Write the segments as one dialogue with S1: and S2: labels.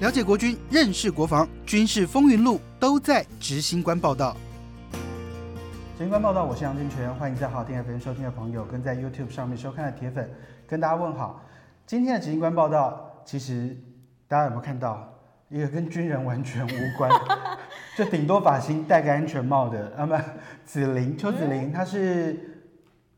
S1: 了解国军，认识国防，军事风云录都在执行官报道。执行官报道，我是杨金泉，欢迎在好听 FM 收听的朋友，跟在 YouTube 上面收看的铁粉，跟大家问好。今天的执行官报道，其实大家有没有看到一个跟军人完全无 关，就顶多发型戴个安全帽的，啊那么子玲邱子玲，她是嗯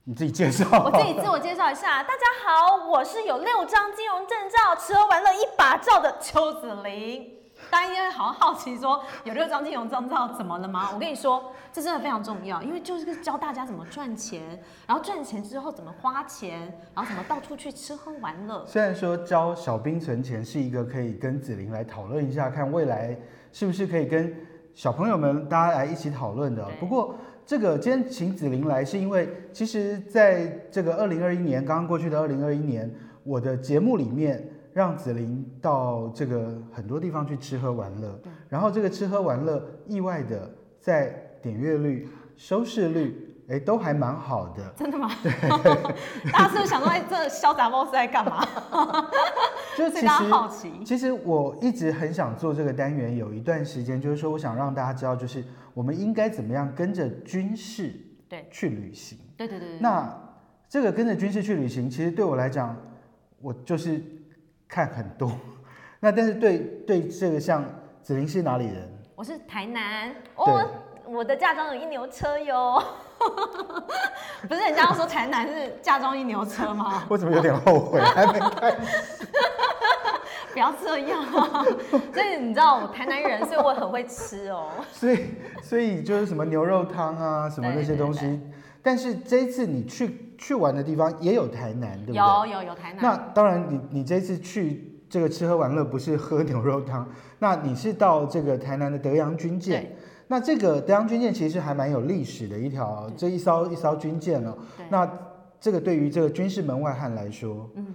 S1: 你自己介绍，
S2: 我自己自我介绍一下，大家好，我是有六张金融证照、吃喝玩乐一把照的邱子玲。大家应该好好奇说，有六张金融证照怎么了吗？我跟你说，这真的非常重要，因为就是教大家怎么赚钱，然后赚钱之后怎么花钱，然后怎么到处去吃喝玩乐。
S1: 虽然说教小兵存钱是一个可以跟子玲来讨论一下，看未来是不是可以跟小朋友们大家来一起讨论的。
S2: 对
S1: 不过这个今天请子玲来，是因为其实在这个二零二一年刚刚过去的二零二一年，我的节目里面让子玲到这个很多地方去吃喝玩乐，然后这个吃喝玩乐意外的在点阅率、收视率，哎，都还蛮好的。
S2: 真的吗？ 大家是不是想说，哎、这潇洒 boss 在干嘛？
S1: 就
S2: 所
S1: 其
S2: 以
S1: 实
S2: 大家好奇。
S1: 其实我一直很想做这个单元，有一段时间就是说，我想让大家知道，就是我们应该怎么样跟着军事
S2: 对嗯
S1: 去旅行。
S2: 对对对对，
S1: 那这个跟着军事去旅行，其实对我来讲，我就是看很多。那但是对对这个像子玲是哪里 人？
S2: 我是台南，
S1: 对
S2: 哦，我的嫁妆有一牛车哟。 不是人家说台南是嫁妆一牛车吗？
S1: 我怎么有点后悔？还没开。
S2: 不要这样、 啊，所以你知道我台南人，所以我很会吃哦。
S1: 所以所以就是什么牛肉汤啊，什么那些东西。
S2: 对
S1: 但是这一次你去去玩的地方也有台南，对不对？
S2: 有有有台南，
S1: 那当然你，你这次去这个吃喝玩乐不是喝牛肉汤， 那你是到这个台南的德阳军舰。那这个德阳军舰其实还蛮有历史的一条，这一艘一艘军舰哦。
S2: 对
S1: 那这个对于这个军事门外汉来说，嗯，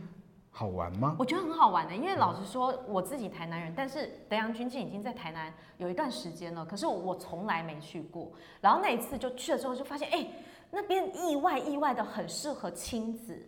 S1: 好玩吗？
S2: 我觉得很好玩的、因为老实说，我自己台南人，但是德阳军舰已经在台南有一段时间了，可是我从来没去过。然后那一次就去了之后，就发现哎、那边意外意外的很适合亲子。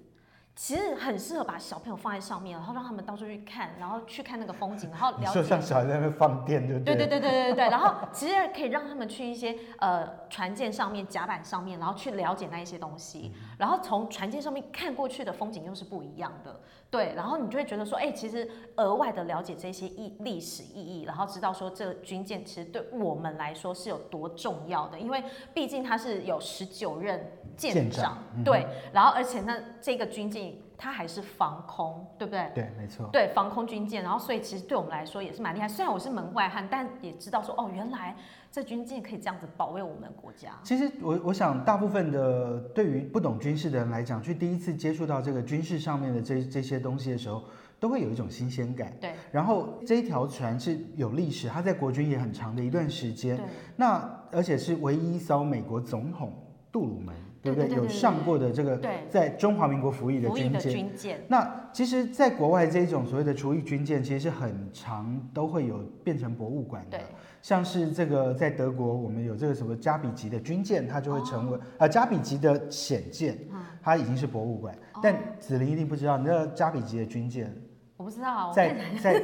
S2: 其实很适合把小朋友放在上面，然后让他们到处去看，然后去看那个风景，然后
S1: 你
S2: 了
S1: 说
S2: 解
S1: 像小孩在那边放电就
S2: 对
S1: 对
S2: 对
S1: 了。
S2: 对对对对对，然后其实可以让他们去一些呃船舰上面、甲板上面，然后去了解那一些东西，然后从船舰上面看过去的风景又是不一样的，对，然后你就会觉得说，哎、其实额外的了解这些意历史意义，然后知道说这个军舰其实对我们来说是有多重要的，因为毕竟它是有十九任舰长，
S1: 舰
S2: 嗯
S1: 长
S2: 对，然后而且那这个军舰它还是防空，对不对？
S1: 对没错。
S2: 对防空军舰，然后所以其实对我们来说也是蛮厉害。虽然我是门外汉，但也知道说哦，原来这军舰可以这样子保卫我们国家。
S1: 其实我我想，大部分的对于不懂军事的人来讲，去第一次接触到这个军事上面的这这些东西的时候，都会有一种新鲜感。
S2: 对
S1: 然后这一条船是有历史，它在国军也很长的一段时
S2: 对
S1: 间。那而且是唯一一艘美国总统杜鲁门，对不
S2: 对对对
S1: 有
S2: 对对
S1: 上过的这个
S2: 对，
S1: 在中华民国服役呃的
S2: 服役
S1: 军
S2: 的
S1: 舰。
S2: 军舰，
S1: 那其实，在国外这一种所谓的厨艺军舰，其实是很常都会有变成博物馆的
S2: 对。
S1: 像是这个在德国，我们有这个什么加比级的军舰，它就会成
S2: 哦
S1: 为、呃加比级的潜舰，
S2: 嗯
S1: 它已经是博物馆。
S2: 哦
S1: 但子琳一定不知道，你知道加比级的军舰
S2: 我不知道，我
S1: 在
S2: 看
S1: 在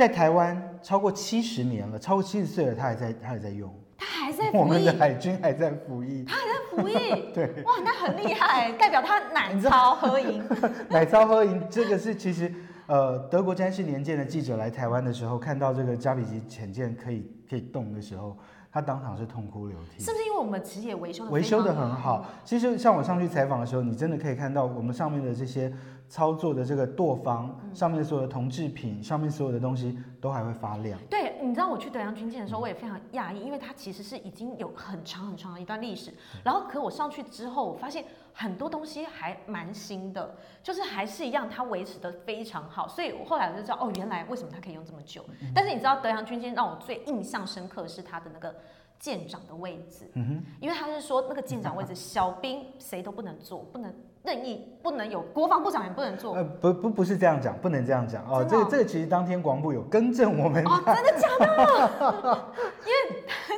S1: 在台湾超过七十年了，超过七十岁了，它还在它还在用，
S2: 他还在
S1: 我
S2: 服
S1: 们
S2: 役
S1: 的，海军还在服役，，
S2: 他还在服 役
S1: 对，
S2: 哇，那很厉害，代表他奶超 合营。
S1: 奶超喝饮，这个是其实呃，德国战士年鉴的记者来台湾的时候，看到这个加比级潜舰可以可以动的时候，他当场是痛哭流涕。
S2: 是不是因为我们其实也维修的
S1: 维修的很好，其实像我上去采访的时候，你真的可以看到我们上面的这些操作的这个舵方，
S2: 嗯
S1: 上面的所有的铜制品，上面所有的东西都还会发亮。
S2: 对，你知道我去德阳军舰的时候，我也非常讶异，因为它其实是已经有很长很长的一段历史。
S1: 嗯
S2: 然后，可我上去之后，我发现很多东西还蛮新的，就是还是一样，它维持的非常好。所以我后来我就知道，哦，原来为什么它可以用这么久。
S1: 嗯
S2: 但是你知道，德阳军舰让我最印象深刻的是它的那个舰长的位置，
S1: 嗯
S2: 因为他是说那个舰长位置，小兵谁都不能坐，不能任意，不能有国防部长也不 能坐。
S1: 呃，不不不是这样讲，不能这样讲哦。
S2: 真的
S1: 这
S2: 哦
S1: 个这个其实当天广播有更正我们
S2: 哦，真的假的？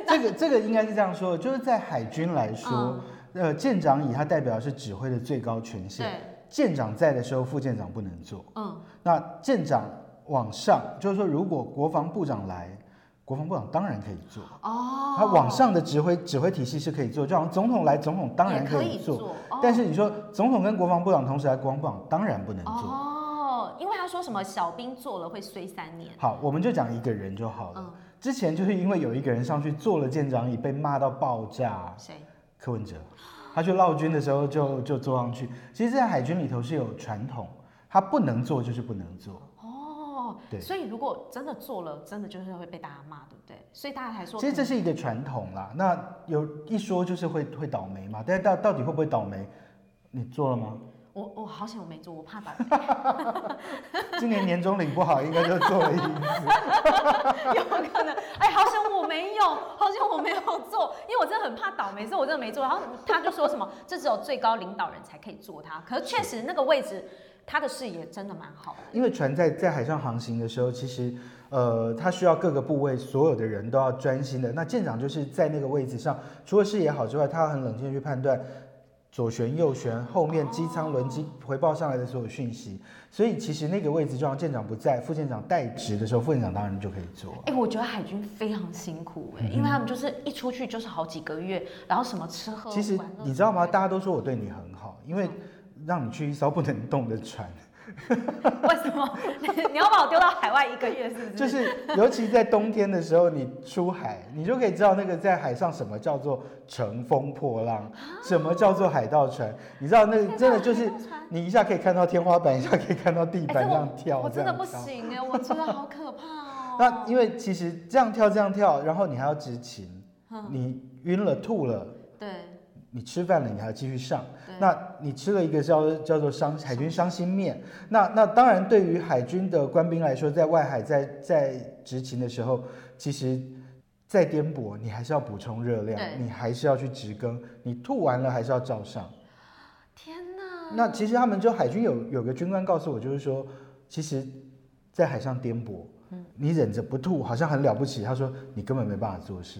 S1: 这个这个应该是这样说的，就是在海军来
S2: 嗯
S1: 说，呃，舰长以他代表的是指挥的最高权限。
S2: 对，
S1: 舰长在的时候，副舰长不能做。
S2: 嗯，
S1: 那舰长往上，就是说如果国防部长来，国防部长当然可以做，
S2: 哦，
S1: 他往上的指挥指挥体系是可以做，就好像总统来，总统当然
S2: 也可
S1: 以做。
S2: 做，哦
S1: 但是你说总统跟国防部长同时来，国防部长当然不能做。
S2: 哦，因为他说什么小兵做了会衰三年，
S1: 好，我们就讲一个人就好了。
S2: 嗯，
S1: 之前就是因为有一个人上去做了舰长椅，被骂到爆炸，
S2: 谁？
S1: 柯文哲，他去闹军的时候就就坐上去。其实，在海军里头是有传统，他不能做就是不能做。
S2: 哦，
S1: 对
S2: 所以如果真的做了，真的就是会被大家骂，对不对？所以大家才说，
S1: 其实这是一个传统啦。那有一说就是会会倒霉嘛，但是到到底会不会倒霉？你做了吗？
S2: 我我好险我没做，我怕 把
S1: 今年年终领不好，应该就做了一次。
S2: 有可能，哎，好险我没有，好险我没有做，因为我真的很怕倒霉，所以我真的没做。然后他就说什么，这只有最高领导人才可以做他，可是确实那个位置，他的视野真的蛮好的。
S1: 因为船在在海上航行的时候，其实呃，它需要各个部位所有的人都要专心的。那舰长就是在那个位置上，除了视野好之外，他要很冷静地去判断左旋、右旋、后面机舱、轮机回报上来的所有讯息。所以其实那个位置，就像舰长不在，副舰长代职的时候，副舰长当然就可以做。
S2: 哎、我觉得海军非常辛苦
S1: 嗯
S2: 哎、因为他们就是一出去就是好几个月，然后什么吃喝
S1: 其实
S2: 玩乐
S1: 你知道吗？大家都说我对你很好，因为让你去一艘不能动的船。
S2: 为什么？你你要把我丢到海外一个月是不是？
S1: 就是尤其在冬天的时候，你出海，你就可以知道那个在海上什么叫做乘风破
S2: 啊
S1: 浪，什么叫做海盗船。你知道那真的就是
S2: 海盗船
S1: 你一下可以看到天花板，一下可以看到地
S2: 哎
S1: 板，
S2: 这
S1: 这样跳，
S2: 我真的
S1: 这样
S2: 不
S1: 跳。、
S2: 行哎、我觉得好可怕哦
S1: 那因为其实这样跳这样跳，然后你还要执勤，你晕了吐了，
S2: 对
S1: 你吃饭了你还要继续上。
S2: 对，
S1: 那你吃了一个叫叫做伤海军伤心面，那那当然对于海军的官兵来说，在外海在在执勤的时候，其实再颠簸，你还是要补充热量
S2: 对，
S1: 你还是要去直更，你吐完了还是要照上。
S2: 天哪！
S1: 那其实他们就海军有有个军官告诉我，就是说，其实，在海上颠簸，
S2: 嗯
S1: 你忍着不吐好像很了不起，他说你根本没办法做事，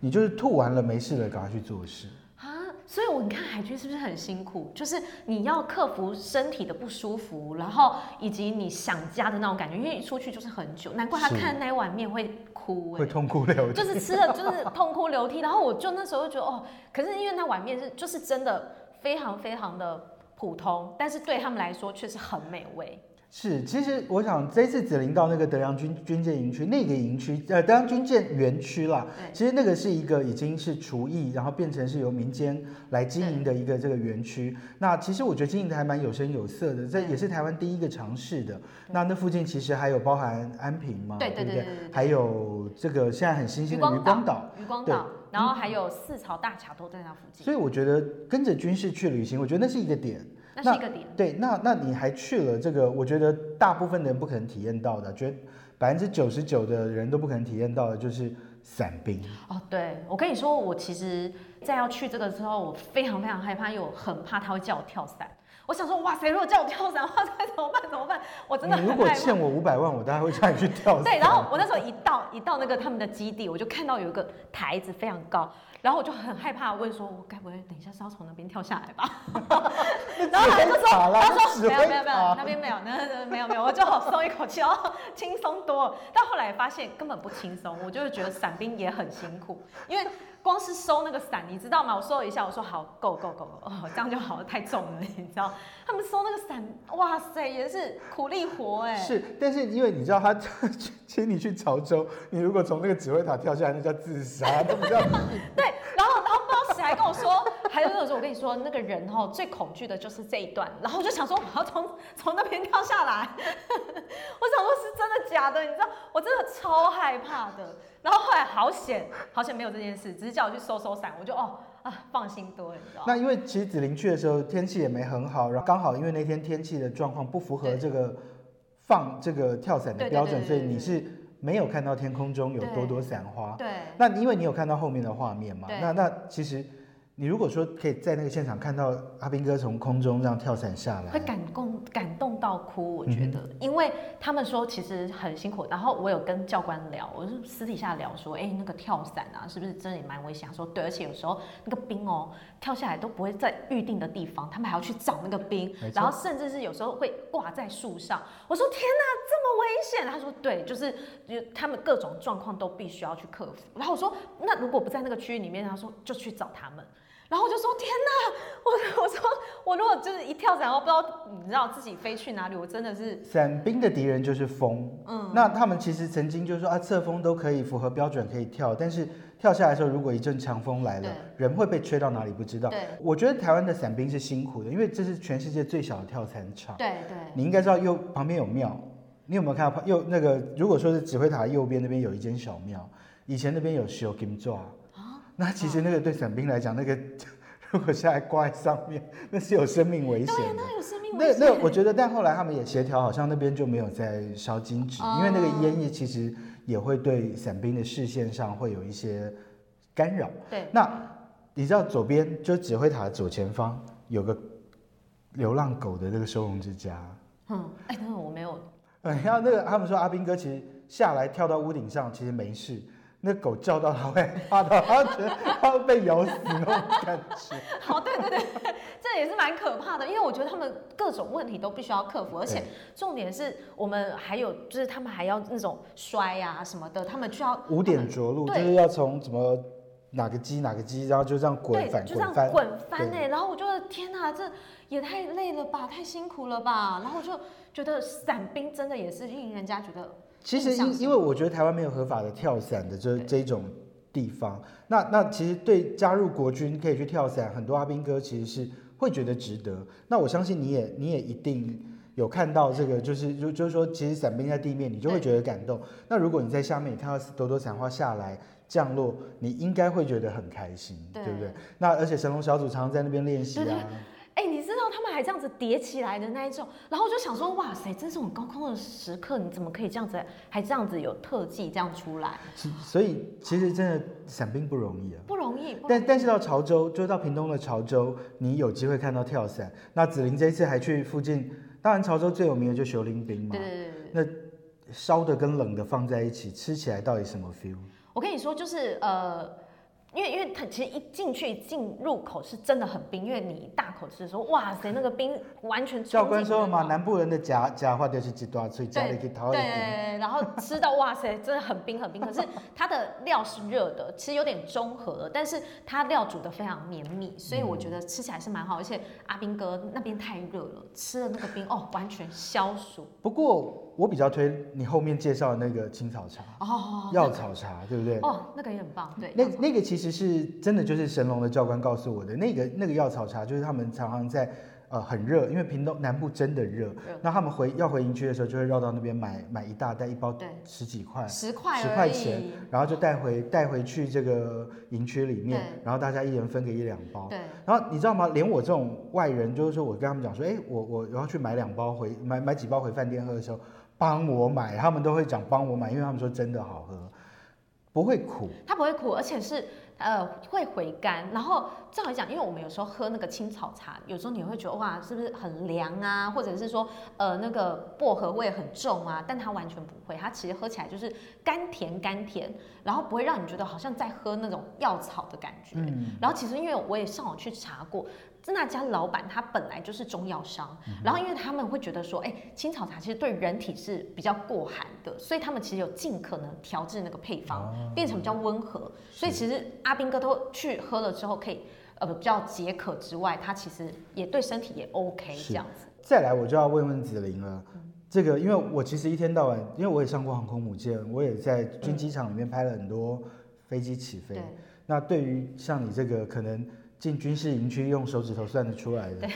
S1: 你就是吐完了没事了，赶快去做事。
S2: 啊，所以我你看海军是不是很辛苦？就是你要克服身体的不舒服，然后以及你想家的那种感觉，因为你出去就是很久，难怪他
S1: 是
S2: 看那一碗面会哭、欸，
S1: 会痛哭流涕，
S2: 就是吃了就是痛哭流涕，然后我就那时候就觉得哦，可是因为那碗面是就是真的非常非常的普通，但是对他们来说却是很美味。
S1: 是，其实我想这次紫菱到那个德阳军军舰营区，那个营区呃德阳军舰园区啦，其实那个是一个已经是厨艺，然后变成是由民间来经营的一个这个园区。那其实我觉得经营的还蛮有声有色的，这
S2: 对
S1: 也是台湾第一个尝试的。那那附近其实还有包含安平嘛，
S2: 对
S1: 不
S2: 对对对对
S1: 还有这个现在很新兴
S2: 渔
S1: 的渔光
S2: 光
S1: 岛。
S2: 岛，渔光
S1: 对
S2: 岛，然后还有四朝大桥都在那附近，
S1: 所以我觉得跟着军事去旅行，我觉得嗯那是一个点。
S2: 那是一个点。
S1: 对，那那你还去了这个，我觉得大部分的人不可能体验到的，觉得百分之九十九的人都不可能体验到的，就是伞兵。
S2: 哦，对，我跟你说，我其实，在要去这个之后，我非常非常害怕，因为我很怕他会叫我跳伞。我想说，哇塞，如果叫我跳伞，哇塞，怎么办？怎么办？我真的
S1: 你
S2: 很
S1: 如
S2: 害
S1: 果
S2: 怕。
S1: 欠我五百万，我当然会叫你去跳伞。
S2: 对，然后我那时候一到一到那个他们的基地，我就看到有一个台子非常高，然后我就很害怕，问说，我该不会等一下是要从那边跳下来吧？然后他就
S1: 指挥塔
S2: 说，
S1: 啦
S2: 他说
S1: 指
S2: 没有
S1: 挥啊
S2: 没有
S1: 塔，
S2: 没有那边没有，那那没有没有，我就好松一口气，然后轻松多了。但后来发现根本不轻松，我就是觉得伞兵也很辛苦，因为。光是收那个伞，你知道吗？我收了一下，我说好，够够够够， 哦，这样就好了，太重了，你知道？他们收那个伞，哇塞，也是苦力活哎、
S1: 是，但是因为你知道他， 其实你去潮州，你如果从那个指挥塔跳下来，那叫自杀，那不叫。
S2: 对，然后然后不知道谁还跟我说，还有那时候我跟你说，那个人哈最恐惧的就是这一段，然后我就想说我要从从那边跳下来，我想说是真的假的，你知道我真的超害怕的。然后后来好险好险没有这件事，只是叫我去收收伞，我就哦啊放心多了，你知道吗。
S1: 那因为其实子玲去的时候天气也没很好，然后刚好因为那天天气的状况不符合
S2: 对
S1: 这个放这个跳伞的
S2: 对对
S1: 标
S2: 对
S1: 准，
S2: 对
S1: 所以
S2: 对
S1: 你
S2: 对
S1: 是没有看到天空中有多
S2: 对
S1: 朵伞花。
S2: 对，
S1: 那你因为你有看到后面的画面嘛？
S2: 对
S1: 那那其实你如果说可以在那个现场看到阿兵哥从空中这样跳伞下
S2: 会
S1: 来，嗯
S2: 感动感动痛到哭，我觉得，因为他们说其实很辛苦。然后我有跟教官聊，我是私底下聊说，哎、那个跳伞啊，是不是真的也蛮危险？他说对，而且有时候那个冰哦、跳下来都不会在预定的地方，他们还要去找那个冰
S3: 没，错
S2: 然后甚至是有时候会挂在树上。我说天哪，这么危险！他说对，就是就他们各种状况都必须要去克服。然后我说那如果不在那个区域里面，他说就去找他们。然后我就说天哪，我我说我如果就是一跳伞，然后不知道你知道自己飞去哪里，我真的是
S1: 伞兵的敌人就是风，嗯，那他们其实曾经就说啊，侧风都可以符合标准可以跳，但是跳下来的时候，如果一阵强风来了
S2: 对，
S1: 人会被吹到哪里不知道。
S2: 对
S1: 我觉得台湾的伞兵是辛苦的，因为这是全世界最小的跳伞场。
S2: 对对
S1: 你应该知道右旁边有庙，你有没有看到旁右那个？如果说是指挥塔右边那边有一间小庙，以前那边有石油金座
S2: 哦
S1: 啊。那其实那个对伞兵来讲，那个 如果下来挂在上面，那是有生命危险
S2: 对啊，
S1: 的。
S2: 那有生命
S1: 那
S2: 危险。
S1: 那我觉得，但后来他们也协调，好像那边就没有再烧金纸，因为那个
S2: 哦
S1: 烟叶其实也会对伞兵的视线上会有一些干扰。
S2: 对
S1: 那你知道左边就指挥塔的左前方有个流浪狗的那个收容之家，
S2: 嗯，哎、那我没有，
S1: 然后那个他们说阿兵哥其实下来跳到屋顶上其实没事，那狗叫到他会怕到，他觉得他会被咬死那种感觉。
S2: 好， 对对对， 这也是蛮可怕的，因为我觉得他们各种问题都必须要克服，而且重点是我们还有就是他们还要那种摔啊什么的，他们需要
S1: 五点着陆，就
S2: 对
S1: 是要从什么哪个机哪个机，然后就这样滚
S2: 对
S1: 反
S2: 就这样
S1: 滚翻。
S2: 滚翻
S1: 对
S2: 哎、然后我就觉得天哪，这也太累了吧，太辛苦了吧，然后我就觉得伞兵真的也是令人家觉得
S1: 其实
S2: 印象
S1: 因因为我觉得台湾没有合法的跳伞的这这种地方，那那其实对加入国军可以去跳伞，很多阿兵哥其实是会觉得值得。那我相信你也你也一定。有看到这个，就是就就是说，其实伞兵在地面，你就会觉得感动。那如果你在下面，你看到朵朵伞花下来降落，你应该会觉得很开心，
S2: 对
S1: 不对？那而且神龙小组常常在那边练习啊，
S2: 对对哎、你知道他们还这样子叠起来的那一种，然后我就想说，哇塞，这种高空的时刻，你怎么可以这样子，还这样子有特技这样出来，
S1: 是所以其实真的伞兵不容易啊。
S2: 不容易。不容易
S1: 但但是到潮州，就到屏东的潮州，你有机会看到跳伞。那子玲这一次还去附近，当然潮州最有名的就熊林冰嘛
S2: 对，对对对对，
S1: 烧的跟冷的放在一起，吃起来到底什么 feel？
S2: 我跟你说，就是呃，因为因为它其实一进去进入口是真的很冰，因为你一大口吃的时候，哇塞，那个冰完全
S1: 教
S2: 冲
S1: 官
S2: 进
S1: 说
S2: 你的
S1: 嘛，
S2: 脑
S1: 南部人的夹夹话就是几大嘴，夹
S2: 对
S1: 里去掏一
S2: 对
S1: 点。
S2: 然后吃到哇塞，真的很冰很冰。可是它的料是热的，其实有点中和，但是它料煮的非常绵密，所以我
S1: 嗯
S2: 觉得吃起来是蛮好。而且阿兵哥那边太热了，吃了那个冰哦，完全消暑
S1: 不过我比较推你后面介绍的那个青草茶、
S2: 哦。
S1: 药草茶，对不对？
S2: 哦，那个也很棒，对，
S1: 那那个其实是真的，就是神龙的教官告诉我的。那个那个药草茶，就是他们常常在呃很热，因为屏东南部真的热
S2: 热，
S1: 那他们回要回营区的时候，就会绕到那边买买一大袋，一包
S2: 对
S1: 十几块，
S2: 十块
S1: 10
S2: 而
S1: 哦块
S2: 已
S1: 钱然后就带回带回去这个营区里面
S2: 对，
S1: 然后大家一人分个一两包。
S2: 对，
S1: 然后你知道吗？连我这种外人，就是说我跟他们讲说，哎，我我要去买两包回买买几包回饭店喝的时候，帮我买，他们都会讲帮我买，因为他们说真的好喝，不会苦。
S2: 它不会苦，而且是呃会回甘。然后正好讲，因为我们有时候喝那个青草茶，有时候你会觉得哇，是不是很凉啊？或者是说呃那个薄荷味很重啊？但它完全不会，它其实喝起来就是甘甜甘甜，然后不会让你觉得好像在喝那种药草的感
S1: 嗯
S2: 觉。然后其实因为我也上网去查过，那家老板他本来就是中药商，然后因为他们会觉得说，哎、青草茶其实对人体是比较过寒的，所以他们其实有尽可能调制那个配方，变
S1: 嗯
S2: 成比较温和。所以其实阿兵哥都去喝了之后，可以呃比较解渴之外，它其实也对身体也 OK
S1: 是
S2: 这样子。
S1: 再来，我就要问问子玲了。
S2: 嗯
S1: 这个，因为我其实一天到晚，因为我也上过航空母舰，我也在军机场里面拍了很多飞机起飞
S2: 对。
S1: 那对于像你这个可能进军事营区用手指头算得出来的，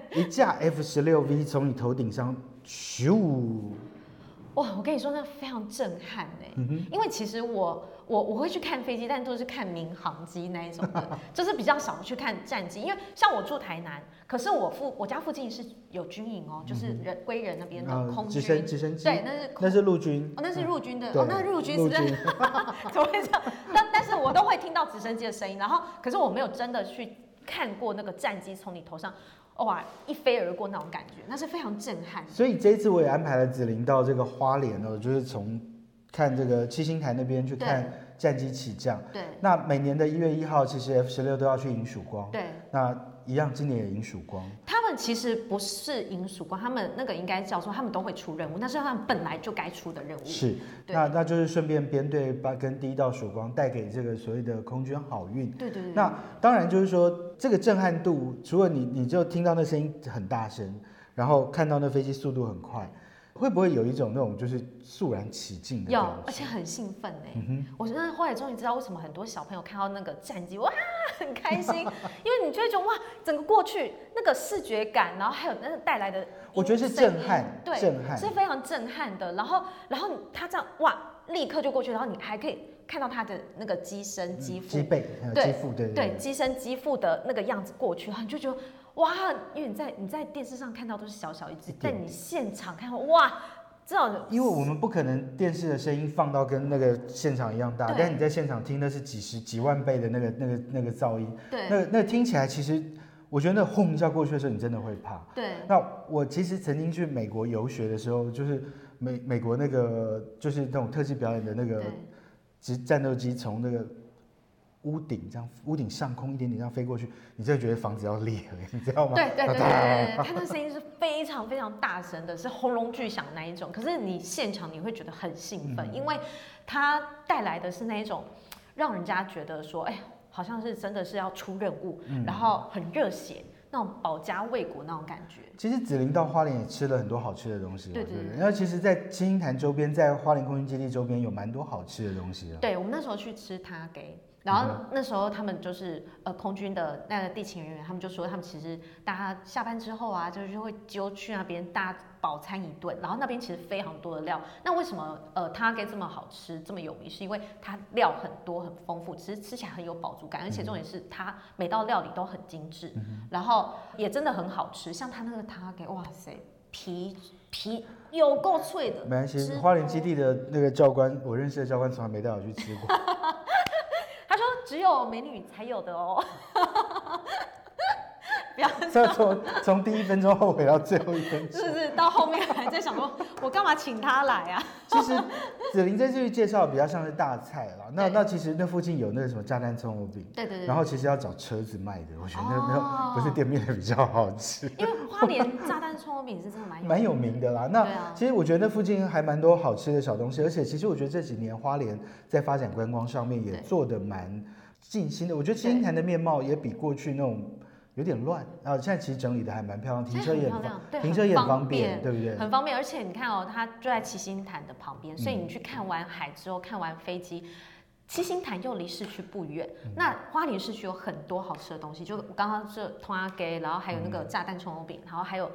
S1: 一架 F 十六 V 从你头顶上咻，
S2: 哇，我跟你说，那非常震撼哎、
S1: 嗯
S2: 因为其实我我我会去看飞机，但都是看民航机那一种 的，就是比较少去看战机。因为像我住台南，可是我附我家附近是有军营哦，就是人归仁那边的空
S1: 嗯啊直
S2: 军，
S1: 升直升机，
S2: 对，那是空
S1: 那是陆军，
S2: 哦，那是陆军的、
S1: 对
S2: 哦，那陆军
S1: 陆
S2: 是真
S1: 军
S2: 的， 怎么会这样？但但是我都会听到直升机的声音，然后可是我没有真的去看过那个战机从你头上。哇一飞而过那种感觉，那是非常震撼的。
S1: 所以这一次我也安排了子玲到这个花莲哦，就是从看这个七星台那边去看战机起降。
S2: 对
S1: 那每年的一月一号，其实 F 十六都要去迎曙光，
S2: 对，
S1: 那一样今年也迎曙光。
S2: 他们其实不是银曙光，他们那个应该叫做他们都会出任务，那是他们本来就该出的任务。
S1: 是，
S2: 对
S1: 那那就是顺便编队把跟第一道曙光带给这个所谓的空军好运。
S2: 对对对对，
S1: 那当然就是说，这个震撼度，除了你你就听到那声音很大声，然后看到那飞机速度很快，会不会有一种那种就是肃然起敬的嗯
S2: 有
S1: 感，觉？
S2: 而且很兴奋哎、我真的后来终于知道为什么很多小朋友看到那个战机哇很 开心，因为你就会觉得哇，整个过去那个视觉感，然后还有那个带来的音，
S1: 我觉得是
S2: 声音
S1: 震撼
S2: 对，
S1: 震撼
S2: 是非常震撼的。然后，然后他这样哇，立刻就过去，然后你还可以看到他的那个机身肌肤
S1: 肌背、还有
S2: 对
S1: 肌腹，嗯对
S2: 对机身肌腹的那个样子过去，你就觉得哇，因为你在你在电视上看到都是小小一只
S1: 一，点
S2: 但你现场看到哇，这种
S1: 因为我们不可能电视的声音放到跟那个现场一样大，
S2: 对
S1: 但你在现场听的是几十几万倍的那个那个那个噪音，
S2: 对
S1: 那那听起来其实，我觉得那轰一下过去的时候，你真的会怕。
S2: 对
S1: 那我其实曾经去美国游学的时候，就是美美国那个就是那种特技表演的那个
S2: 对，
S1: 其实战斗机从那个屋顶这样屋顶上空一点点这样飞过去，你就会觉得房子要裂了， 你知道吗？
S2: 对对对对对，它那声音是非常非常大声的，是轰隆巨响那一种。可是你现场你会觉得很兴奋，因为它带来的是那一种让人家觉得说，哎、好像是真的是要出任务，然后很热血，那种保家卫国那种感觉。
S1: 其实子玲到花莲也吃了很多好吃的东西嘛，啊
S2: 对
S1: 不
S2: 对对
S1: 然后其实，在七星潭周边，在花莲空军基地周边有蛮多好吃的啊东西的。
S2: 对我们那时候去吃他给，然后那时候他们就是呃空军的那个地勤人员，他们就说他们其实大家下班之后啊，就是会就去那边大家饱餐一顿，然后那边其实非常多的料。那为什么呃他给这么好吃这么有名？是因为它料很多很丰富，其实吃起来很有饱足感，而且重点是它每道料理都很精致，然后也真的很好吃。像它那个他给，哇塞，皮皮有够脆的，
S1: 没关系，
S2: 汁
S1: 花莲基地的那个教官，我认识的教官从来没带我去吃过。
S2: 他说只有美女才有的哦。 不要， 是
S1: 这从从第一分钟后悔到最后一分钟。
S2: 不是到后面还在想 说，我干嘛请他来啊？
S1: 其实子玲这次介绍比较像是大菜啦，那
S2: 对
S1: 那其实那附近有那个什么炸弹葱油饼，
S2: 对对对
S1: 然后其实要找车子卖的，我觉得那没有、
S2: 哦
S1: 不是店面的比较好吃，
S2: 因为花莲炸弹葱油饼是真的蛮 有
S1: 蛮有名的啦。那、
S2: 对啊
S1: 其实我觉得那附近还蛮多好吃的小东西，而且其实我觉得这几年花莲在发展观光上面也
S2: 对
S1: 做的蛮尽心的，我觉得七星潭的面貌也比过去那种。有点乱，然后现在其实整理的还蛮漂亮，停车也
S2: 现在
S1: 很
S2: 哎很漂
S1: 方
S2: 亮，对
S1: 停车也
S2: 很
S1: 很
S2: 方
S1: 方便，
S2: 便
S1: 对不对？
S2: 很方便，而且你看哦，它就在七星潭的旁边，所以你去看完海之后，看完飞机。七星潭又离市区不远，
S1: 嗯
S2: 那花莲市区有很多好吃的东西，就我刚刚这通阿啊给，然后还有那个炸弹葱油饼，然后还有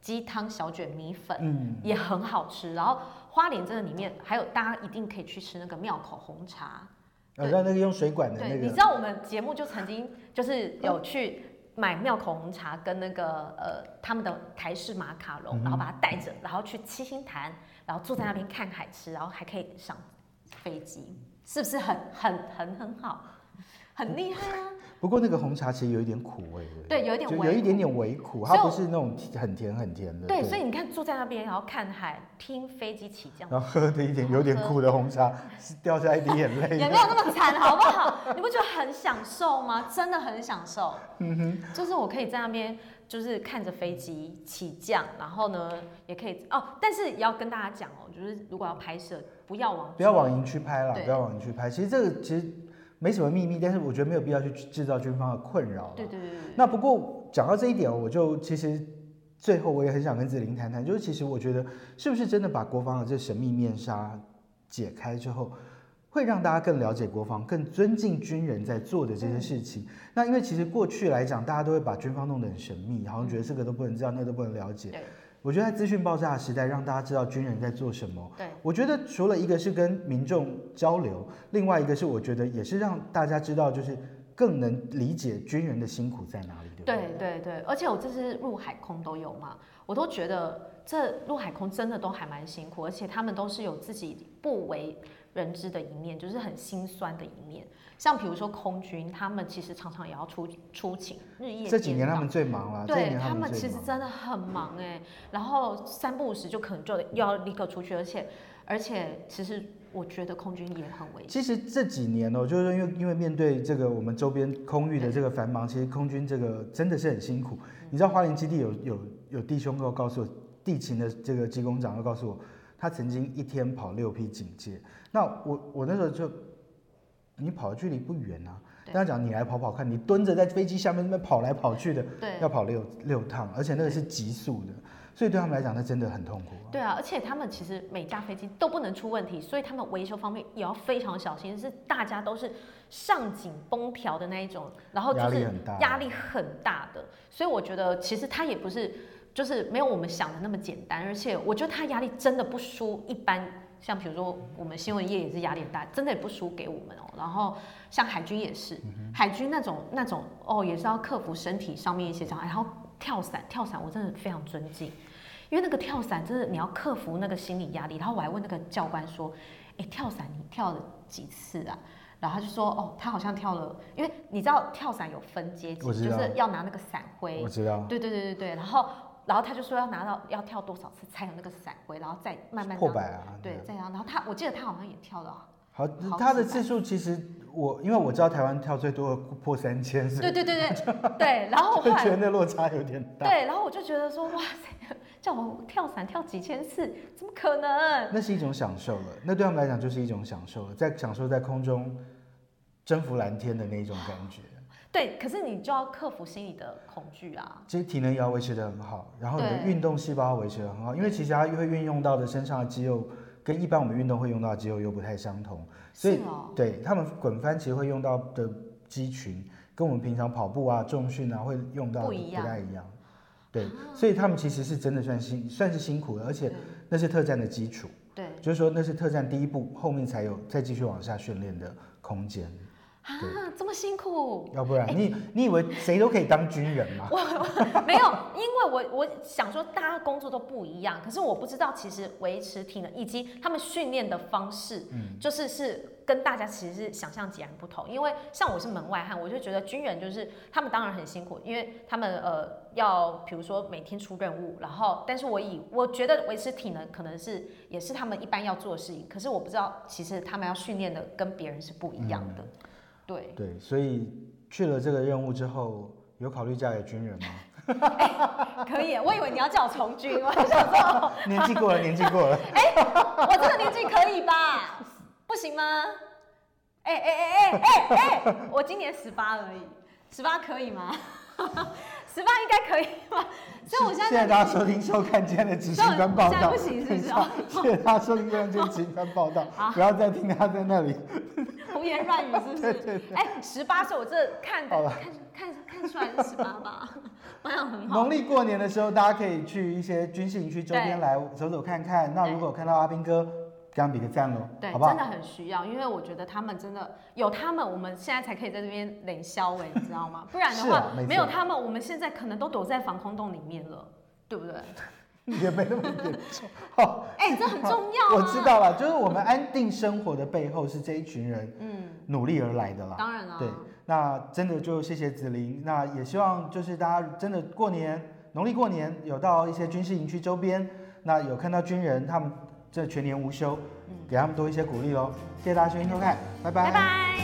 S2: 鸡汤小卷米粉，
S1: 嗯
S2: 也很好吃。然后花莲这个里面还有大家一定可以去吃那个庙口红茶，
S1: 然啊后那个用水管的那
S2: 对，你
S1: 个，
S2: 知
S1: 嗯
S2: 道我们节目就曾经就是有去买妙口红茶跟那个呃他们的台式马卡
S1: 嗯
S2: 龙，然后把它带着，然后去七星潭，然后坐在那边看海吃，然后还可以赏飞机，是不是很很很很好，很厉害啊？
S1: 不过那个红茶其实有一点苦味，不
S2: 嗯对有一点
S1: 就
S2: 微
S1: 有一点点微苦，它
S2: 所以
S1: 不
S2: 我
S1: 是那种甜很甜很甜的。
S2: 对，所以你看坐在那边，然后看海，听飞机起降。
S1: 然后喝的一点有点苦的红茶， 是掉下一滴眼泪。
S2: 也没有那么惨，好不好？你不觉得很享受吗？真的很享受。嗯哼，就是我可以在那边，就是看着飞机起降，然后呢，也可以哦。但是也要跟大家讲哦，就是如果要拍摄，不要往
S1: 不要往营区拍了，
S2: 对
S1: 不要往营区拍。其实这个其实没什么秘密，但是我觉得没有必要去制造军方的困扰了
S2: 对。对对对对
S1: 那不过讲到这一点，我就其实最后我也很想跟子玲谈谈，就是其实我觉得是不是真的把国防的这神秘面纱解开之后，会让大家更了解国防，更尊敬军人在做的这些事
S2: 嗯
S1: 情。那因为其实过去来讲，大家都会把军方弄得很神秘，好像觉得这个都不能知道，那个都不能了解。
S2: 对
S1: 我觉得在资讯爆炸的时代，让大家知道军人在做什么。
S2: 对
S1: 我觉得除了一个是跟民众交流，另外一个是我觉得也是让大家知道，就是更能理解军人的辛苦在哪里，对不对？
S2: 对对对，而且我这次入海空都有嘛，我都觉得这陆海空真的都还蛮辛苦，而且他们都是有自己不为人知的一面，就是很心酸的一面。像比如说空军，他们其实常常也要出出勤，日夜
S1: 这几
S2: 颠
S1: 年他
S2: 倒
S1: 们最忙了，这一
S2: 对
S1: 年
S2: 他
S1: 们
S2: 们
S1: 最
S2: 其实
S1: 忙。嗯
S2: 真的很忙哎、然后三不五时就可能就要立刻出去，而且而且其实我觉得空军也很危险，
S1: 其实这几年哦、就是因为因为面对这个我们周边空域的这个繁忙，其实空军这个真的是很辛苦。
S2: 嗯
S1: 你知道花莲基地有有有弟兄给我告诉我，地勤的这个机工长又告诉我，他曾经一天跑六批警戒。那我我那时候就，你跑的距离不远啊，
S2: 对
S1: 跟他讲你来跑跑看，你蹲着在飞机下面那边跑来跑去的，
S2: 对
S1: 要跑六六趟，而且那个是急速的，所以对他们来讲，那真的很痛苦啊。
S2: 对啊，而且他们其实每架飞机都不能出问题，所以他们维修方面也要非常小心，是大家都是上紧绷条的那一种，然后就
S1: 压力
S2: 是
S1: 很大
S2: 压力很大的，所以我觉得其实他也不是就是没有我们想的那么简单，而且我觉得他压力真的不输一般。像比如说，我们新闻业也是压力很大，真的也不输给我们哦。然后像海军也是，海军那种那种哦，也是要克服身体上面一些障碍。然后跳伞，跳伞我真的非常尊敬，因为那个跳伞真的你要克服那个心理压力。然后我还问那个教官说：“哎，跳伞你跳了几次啊？”然后他就说：“哦，他好像跳了，因为你知道跳伞有分阶级，
S1: 我
S2: 就
S1: 知道
S2: 是要拿那个伞徽。
S1: 我知道，
S2: 对对对对对，然后然后他就说要拿到要跳多少次才有那个闪回，然后再慢慢
S1: 破
S2: 这样
S1: 百啊，
S2: 对，再然后然后他我记得他好像也跳 了，
S1: 好
S2: 好，
S1: 他的
S2: 几百
S1: 次数其实我因为我知道台湾跳最多的破三千，所以
S2: 对对对 对对，然后我后
S1: 就觉得
S2: 来
S1: 那落差有点大。
S2: 对，然后我就觉得说哇塞，叫我跳伞跳几千次，怎么可能？
S1: 那是一种享受了，那对他们来讲就是一种享受了，在享受在空中征服蓝天的那一种感觉。
S2: 对，可是你就要克服心里的恐惧啊，
S1: 其实体能也要维持得很好，然后你的
S2: 对
S1: 运动细胞要维持得很好，因为其实它会运用到的身上的肌肉跟一般我们运动会用到的肌肉又不太相同，所以
S2: 是哦，
S1: 对他们滚翻其实会用到的肌群，跟我们平常跑步啊、重训啊会用到的不
S2: 不一样啊
S1: 太一样。对，所以他们其实是真的算辛，算是辛苦的，而且
S2: 对
S1: 那是特战的基础，
S2: 对
S1: 就是说那是特战第一步，后面才有再继续往下训练的空间，
S2: 啊，这么辛苦。
S1: 要不然你你以为谁都可以当军人吗？
S2: 没有，因为我我想说，大家工作都不一样，可是我不知道其实维持体能以及他们训练的方式，就是是跟大家其实是想象截然不同。因为像我是门外汉，我就觉得军人就是他们当然很辛苦，因为他们呃要比如说每天出任务，然后但是我以我觉得维持体能可能是也是他们一般要做的事情，可是我不知道其实他们要训练的跟别人是不一样的，对。
S1: 对，所以去了这个任务之后，有考虑嫁给军 人吗？
S2: 可以，我以为你要叫我从军，我就想说，
S1: 年纪过了，年纪过了，
S2: 我这个年纪可以吧？不行吗？哎哎哎哎哎哎，欸我今年十八而已，十八可以吗？ 十八应该可以吧？所以我现在
S1: 在大家收听收看今天的执
S2: 所以
S1: 行
S2: 我
S1: 官报
S2: 现在
S1: 道，
S2: 不行是不是？
S1: 谢谢大家收听今天的执行官报道，不要再听他在那里
S2: 胡言乱语 是不是？哎，十八岁我这看
S1: 好
S2: 看
S1: 了
S2: 看看出来是十八吧？ 保养很好。
S1: 农历过年的时候，大家可以去一些军事营区周边
S2: 对
S1: 来走走看看。那如果看到阿兵哥，给他们比个赞喽，
S2: 对，
S1: 好不好
S2: 真？的很需要，因为我觉得他们真的有他们，我们现在才可以在这边冷消委，你知道 吗？不然的
S1: 是
S2: 话，
S1: 啊没错
S2: 没有他们，我们现在可能都躲在防空洞里面了，对不对？
S1: 也没那么严重。好，
S2: 哎、这很重 要、啊。
S1: 我知，道了，就是我们安定生活的背后是这一群人
S2: 嗯，
S1: 努力而来的啦。
S2: 当然啦、
S1: 对，那真的就谢谢子琳。那也希望就是大家真的过年，农历过年有到一些军事营区周边，那有看到军人他们这全年无休，给他们多一些鼓励喽。谢谢大家收听收看，
S2: 拜拜。